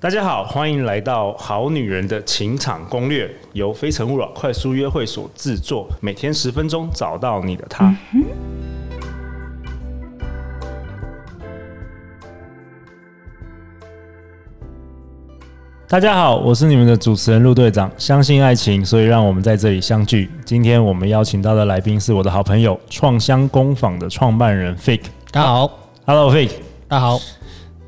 大家好，欢迎来到《好女人的情场攻略》，由非诚勿扰快速约会所制作，每天十分钟，找到你的他。大家好，我是你们的主持人陆队长。相信爱情，所以让我们在这里相聚。今天我们邀请到的来宾是我的好朋友创香工坊的创办人 Fake。大家好， Hello，Fake。大家好，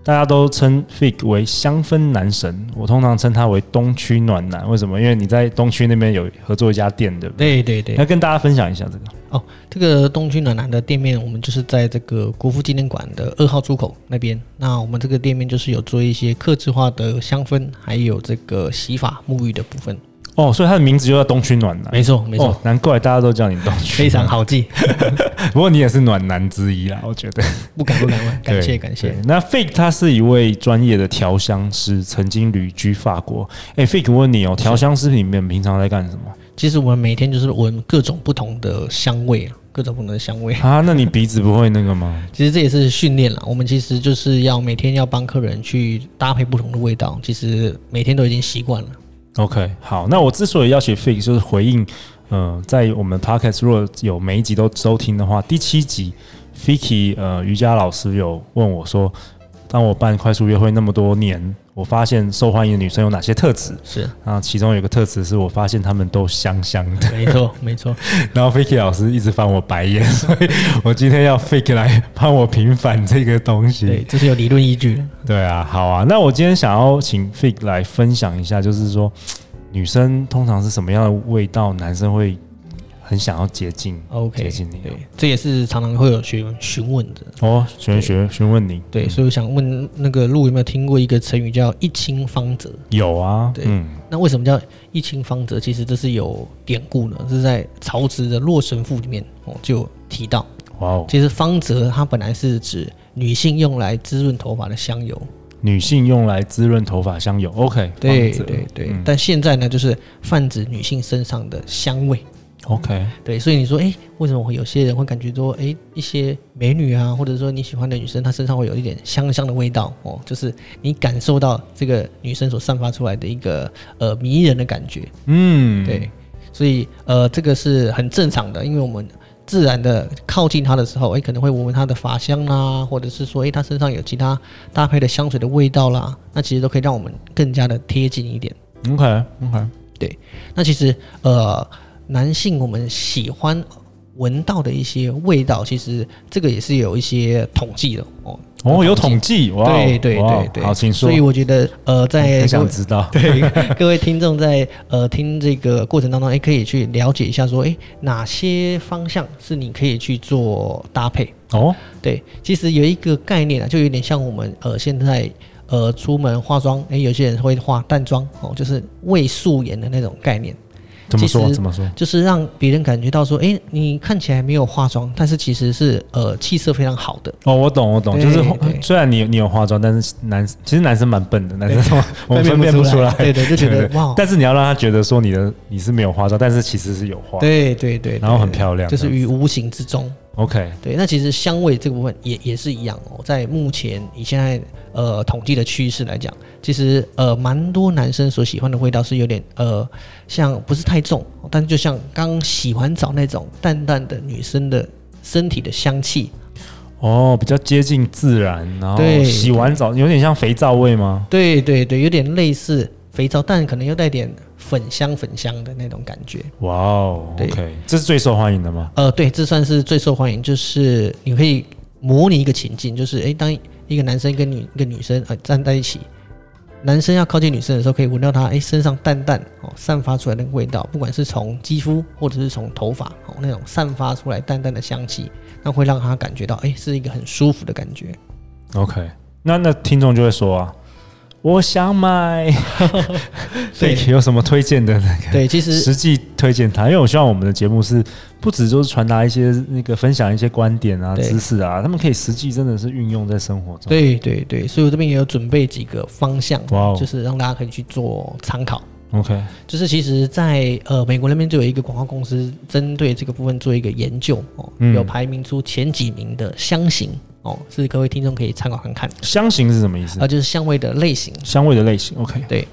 大家都称 Fig 为香氛男神，我通常称他为东区暖男。为什么？因为你在东区那边有合作一家店，对不对？对对对要，跟大家分享一下这个。哦，这个东区暖男的店面，我们就是在这个国父纪念馆的二号出口那边。那我们这个店面就是有做一些客制化的香氛，还有这个洗发沐浴的部分。哦，所以他的名字就叫东区暖男。没错，没错，哦哦，难怪大家都叫你东区。非常。好记， 不过你也是暖男之一啦，我觉 得。 不敢不敢，不敢感对谢感谢对。那 Fig 他是一位专业的调香师，曾经旅居法国。哎、f i g 问你哦，调香师你们平常在干什么其实我们每天就是闻各种不同的香味啊，各种不同的香味。啊？那你鼻子不会那个吗？其实这也是训练啦，我们其实就是要每天要帮客人去搭配不同的味道，其实每天都已经习惯了。 OK，好，那我之所以要学 Fig，就是回应，呃，在我们 Podcast 如果有每一集都收听的话，第七集 Fiki 呃瑜伽老师有问我说，当我办快速约会那么多年，我发现受欢迎的女生有哪些特质？是，那其中有一个特质是我发现她们都香香的， 没错，没错。然后 Fiki 老师一直翻我白眼， 所以我今天要 Fik 来帮我平反这个东西。对，这是有理论依据的。对啊，好啊。那我今天想要请 Fig 来分享一下，就是说女生通常是什么样的味道，男生会很想要接近 OK，接近你对，这也是常常会有学员询问的。哦。学学询问你，对，所以我想问那个陆有没有听过一个成语叫“一清方泽有啊，对嗯，”？那为什么叫“一清方泽”？其实这是有典故呢，这是在曹植的《洛神赋》里面哦就有提到。哇哦，其实方泽它本来是指女性用来滋润头发的香油，女性用来滋润头发香油，OK，对放着对对。嗯但现在呢，就是泛指女性身上的香味。 ，OK，对，所以你说，哎、为什么会有些人会感觉说，哎、一些美女啊，或者说你喜欢的女生，她身上会有一点香香的味道哦，就是你感受到这个女生所散发出来的一个呃迷人的感觉，嗯，对，所以呃这个是很正常的，因为我们自然的靠近她的时候，哎、可能会闻闻她的发香啦，或者是说，哎、她身上有其他搭配的香水的味道啦，那其实都可以让我们更加的贴近一点。 ，OK OK，那其实呃，男性我们喜欢闻到的一些味道，其实这个也是有一些统计的哦。哦，有统计，哇哦，对对哇哦对对，好，请说嗯所以，我觉得呃，在很各想位知道，对 各位听众在呃听这个过程当中，哎、可以去了解一下说，哎、哪些方向是你可以去做搭配。哦，对，其实有一个概念啊，就有点像我们呃现在呃出门化妆，哎、有些人会化淡妆哦，就是为素颜的那种概念。怎么说其实怎么说就是让别人感觉到说，诶，你看起来没有化妆，但是其实是呃气色非常好的。哦，我懂，我懂，对就是对虽然你你有化妆，但是男其实男生蛮笨的，男生 我们分辨不不出来，对对，就觉得哇，但是你要让他觉得说你的你是没有化妆，但是其实是有化。对对对，然后很对漂亮就是这于无形之中。 OK，对，那其实香味这个部分也也是一样哦，在目前以现在呃统计的趋势来讲，其实呃蛮多男生所喜欢的味道是有点呃像不是太重，但就像刚洗完澡那种淡淡的女生的身体的香气，哦，比较接近自然，然后对洗完澡有点像肥皂味吗？对对对，有点类似肥皂，但可能又带点粉香粉香的那种感觉。哇哦对，OK，这是最受欢迎的吗？呃，对，这算是最受欢迎，就是你可以模拟一个情境，就是诶，当一个男生跟女一个女生呃站在一起，男生要靠近女生的时候，可以闻到她诶身上淡淡哦散发出来的味道，不管是从肌肤或者是从头发哦那种散发出来淡淡的香气，那会让他感觉到诶是一个很舒服的感觉。 OK，那那听众就会说啊，我想 买 ，Fake 有什么推荐的那个？对，其实实际推荐他，因为我希望我们的节目是不只就是传达一些那个分享一些观点啊、对知识啊，他们可以实际真的是运用在生活中。对对对，所以我这边也有准备几个方向哇哦就是让大家可以去做参考。 ，OK，就是其实在，呃美国那边就有一个广告公司针对这个部分做一个研究哦，嗯有排名出前几名的香型哦，是各位听众可以参考看看。香型是什么意思啊，？就是香味的类型。香味的类型，OK，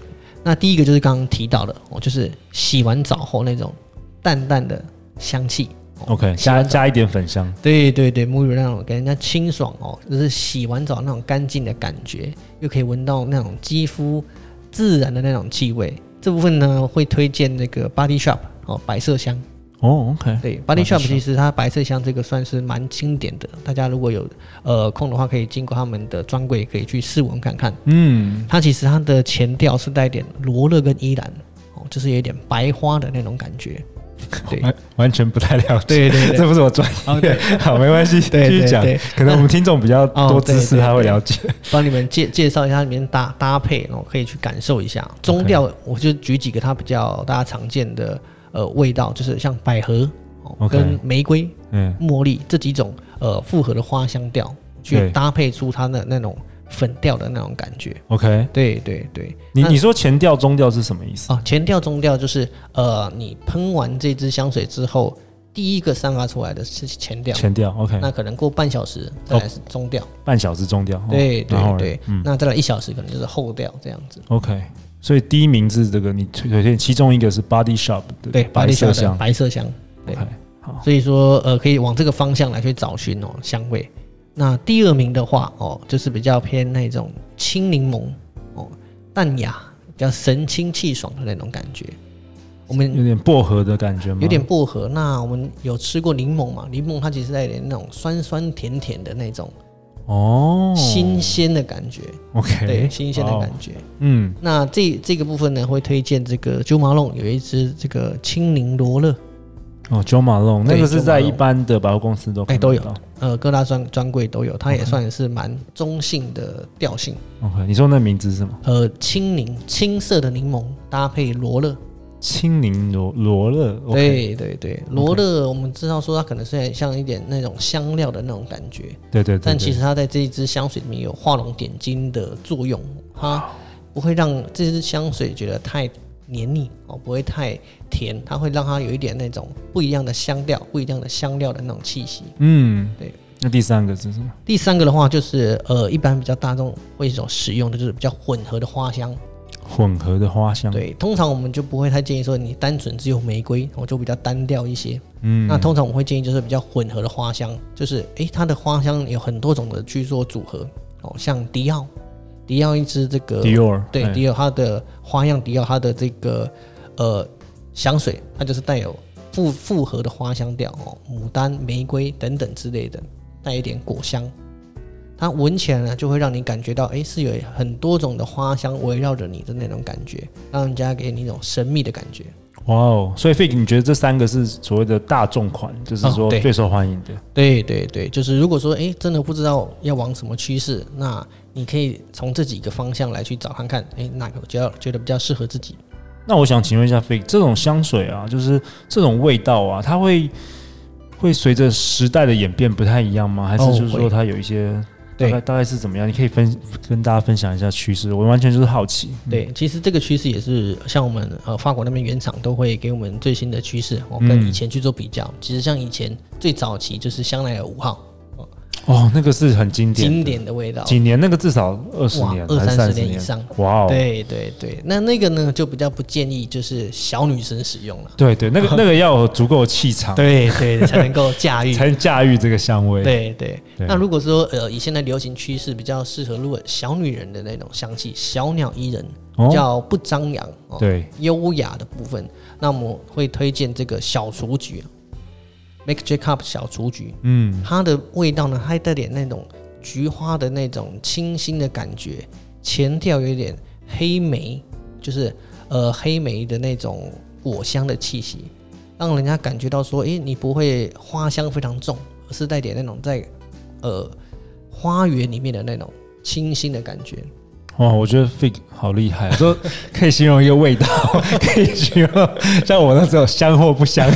那第一个就是刚刚提到的，哦，就是洗完澡后那种淡淡的香气。 OK，喜欢加的加一点粉香，对对对，沐浴乳那种给人家清爽哦，就是洗完澡那种干净的感觉，又可以闻到那种肌肤自然的那种气味。这部分呢，会推荐那个 Body Shop 哦，白色香。哦，OK，对，Body Body Shop Shop 其实它白色香这个算是蛮经典的，大家如果有呃空的话，可以经过他们的专柜可以去试闻看看。嗯，它其实它的前调是带一点罗勒跟依兰，哦，就是有一点白花的那种感 觉。对完完全不太了解，对对 对这不是我专 哦业，好，没关系，继对续对讲，对，可能我们听众比较多知识，哦对对他会了解，帮你们介介绍一下它里面搭搭配，然后可以去感受一下。中调我就举几个它比较大家常见的呃味道，就是像百合、哦、 OK 跟玫瑰、嗯，茉莉这几种呃复合的花香调，去对搭配出它的那种粉调的那种感觉。 OK，对对对，你那你说前调中调是什么意思？哦，前调、中调就是呃，你喷完这支香水之后，第一个散发出来的是前调，前调 OK，那可能过半小时再来是中调，半小时中调，哦对然后对呢对，嗯那再来一小时可能就是后调这样子。 ，OK，所以第一名是这个，你推推荐其中一个是 Body Shop 的对，白色香白色香，对，OK，好，所以说呃，可以往这个方向来去找寻哦香味。那第二名的话哦，就是比较偏那种青柠檬哦，淡雅，比较神清气爽的那种感觉。我们有点薄荷的感觉吗？有点薄荷。那我们有吃过柠檬嘛？柠檬它其实带有点那种酸酸甜甜的那种哦，新鲜的感觉， OK，对，新鲜的哇哦感觉。嗯那这这个部分呢，会推荐这个 Jo Malone 有一支这个青柠罗勒，哦，Joe Malone 那对个是 Jo 在一 Malone 般的百货公司都哎看都得有到呃，各大专专柜都有，它嗯也算是蛮中性的调性。 OK，你说那名字是什么？呃，青柠青色的柠檬搭配罗勒青柠罗罗勒，OK，对对对，罗勒我们知道说它可能是像一点那种香料的那种感觉，对对对，但其对实它在这一支香水里面有画龙点睛的作用，哦它不会让这支香水觉得太黏腻哦，不会太甜，它会让它有一点那种不一样的香调，不一样的香料的那种气息。嗯对。那第三个是什么？第三个的话就是呃，一般比较大众会所使用的就是比较混合的花香，混合的花香，对，通常我们就不会太建议说你单纯只有玫瑰，我就比较单调一些。嗯那通常我会建议就是比较混合的花香，就是诶、它的花香有很多种的去做组合哦，像迪奥，迪奥一支这个，Dior，对哎迪奥它的花样，迪奥它的这个呃香水，它就是带有复复合的花香调哦，牡丹、玫瑰等等之类的，带一点果香。它闻起来呢，就会让你感觉到，诶，是有很多种的花香围绕着你的那种感觉，让人家给你一种神秘的感觉。哇哦，所以 Fig，你觉得这三个是所谓的大众款，就是哦说对最受欢迎的？对对对，就是如果说诶真的不知道要往什么趋势，那你可以从这几个方向来去找看看，诶，哪个比较觉得比较适合自己。那我想请问一下 Fig，这种香水啊，就是这种味道啊，它会会随着时代的演变不太一样吗？还是哦就是说会它有一些大对概大概是怎么样？你可以分跟大家分享一下趋势，我完全就是好奇。对，其实这个趋势也是像我们呃法国那边原厂都会给我们最新的趋势，哦、跟嗯以前去做比较。其实像以前最早期就是香奈儿五号哦，那个是很经典的，经典的味道，几年那个至少二十哇年，，二还是三30十年以。上。哇哦，对对对，那那个呢就比较不建议就是小女生使用了，对对，那个那个要有足够的气场， 对对，才能够驾驭。啊才能驾驭这个香味。对对，对那如果说呃以现在流行趋势比较适合如果小女人的那种香气，小鸟依人，哦比较不张扬，哦，对，优雅的部分，那我会推荐这个小雏菊，Make Jacob 小雏菊，嗯，它的味道呢，还带点那种菊花的那种清新的感觉，前调有一点黑莓，就是呃黑莓的那种果香的气息，让人家感觉到说，诶、你不会花香非常重，而是带点那种在呃花园里面的那种清新的感觉。哇，我觉得 Fig 好厉害，啊 都可以形容一个味道， 可以形容像我那时候香或不香，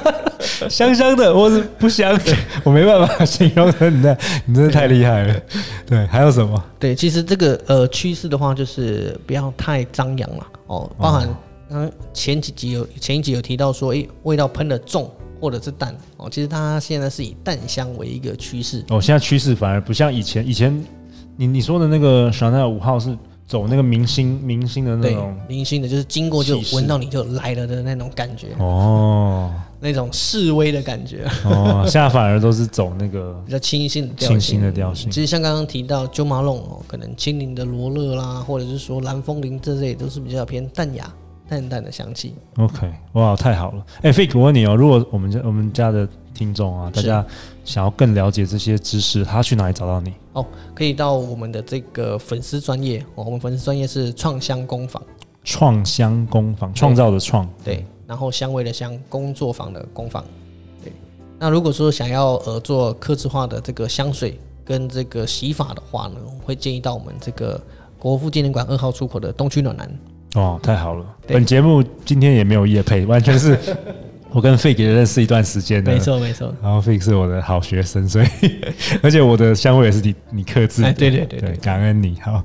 香香的或是不香， 我没办法形容的。你那，你真的太厉害了。对，还有什么？对，其实这个呃趋势的话，就是不要太张哦扬了哦，包含刚刚前几集有前一集有提到说，诶、味道喷的重或者是蛋哦，其实它现在是以蛋香为一个趋势。哦，现在趋势反而不像以前，以前你你说的那个 Chanel 五号是走那个明星明星的那对种，明星的就是经过就气势闻到你就来了的那种感觉，哦那种示威的感觉，哦，现在反而都是走那个比较清新的调清性。新的调性其。实像刚刚提到 Jo Malone 哦，可能青柠的罗勒啦，或者是说蓝风铃这类都是比较偏淡雅、淡淡的香气。 OK，哇，太好了！哎、f i k 我问你哦，如果我们家我们家的听众啊，大是家想要更了解这些知识，他去哪里找到你？哦可以到我们的这个粉丝专业哦，我们粉丝专业是创香工坊，创香工坊，创造的创，对，然后香味的香，工作坊的工坊，对。那如果说想要呃做客制化的这个香水跟这个洗发的话呢，我会建议到我们这个国父纪念馆二号出口的东区暖男。哦，太好了！对本节目今天也没有夜配，完全是 我跟 Fake 也认识一段时间的，。错没错，然后 Fake 是我的好学生，所以而且我的香味也是你你克制的，哎对对对对感恩你。好，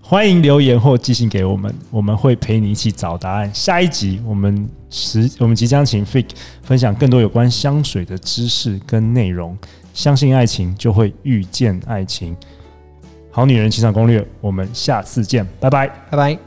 欢迎留言或寄信给我们，我们会陪你一起找答案。下一集我们时我们即将请 Fake 分享更多有关香水的知识跟内容。相信爱情，就会遇见爱情。好女人情场攻略，我们下次见，拜拜。拜拜。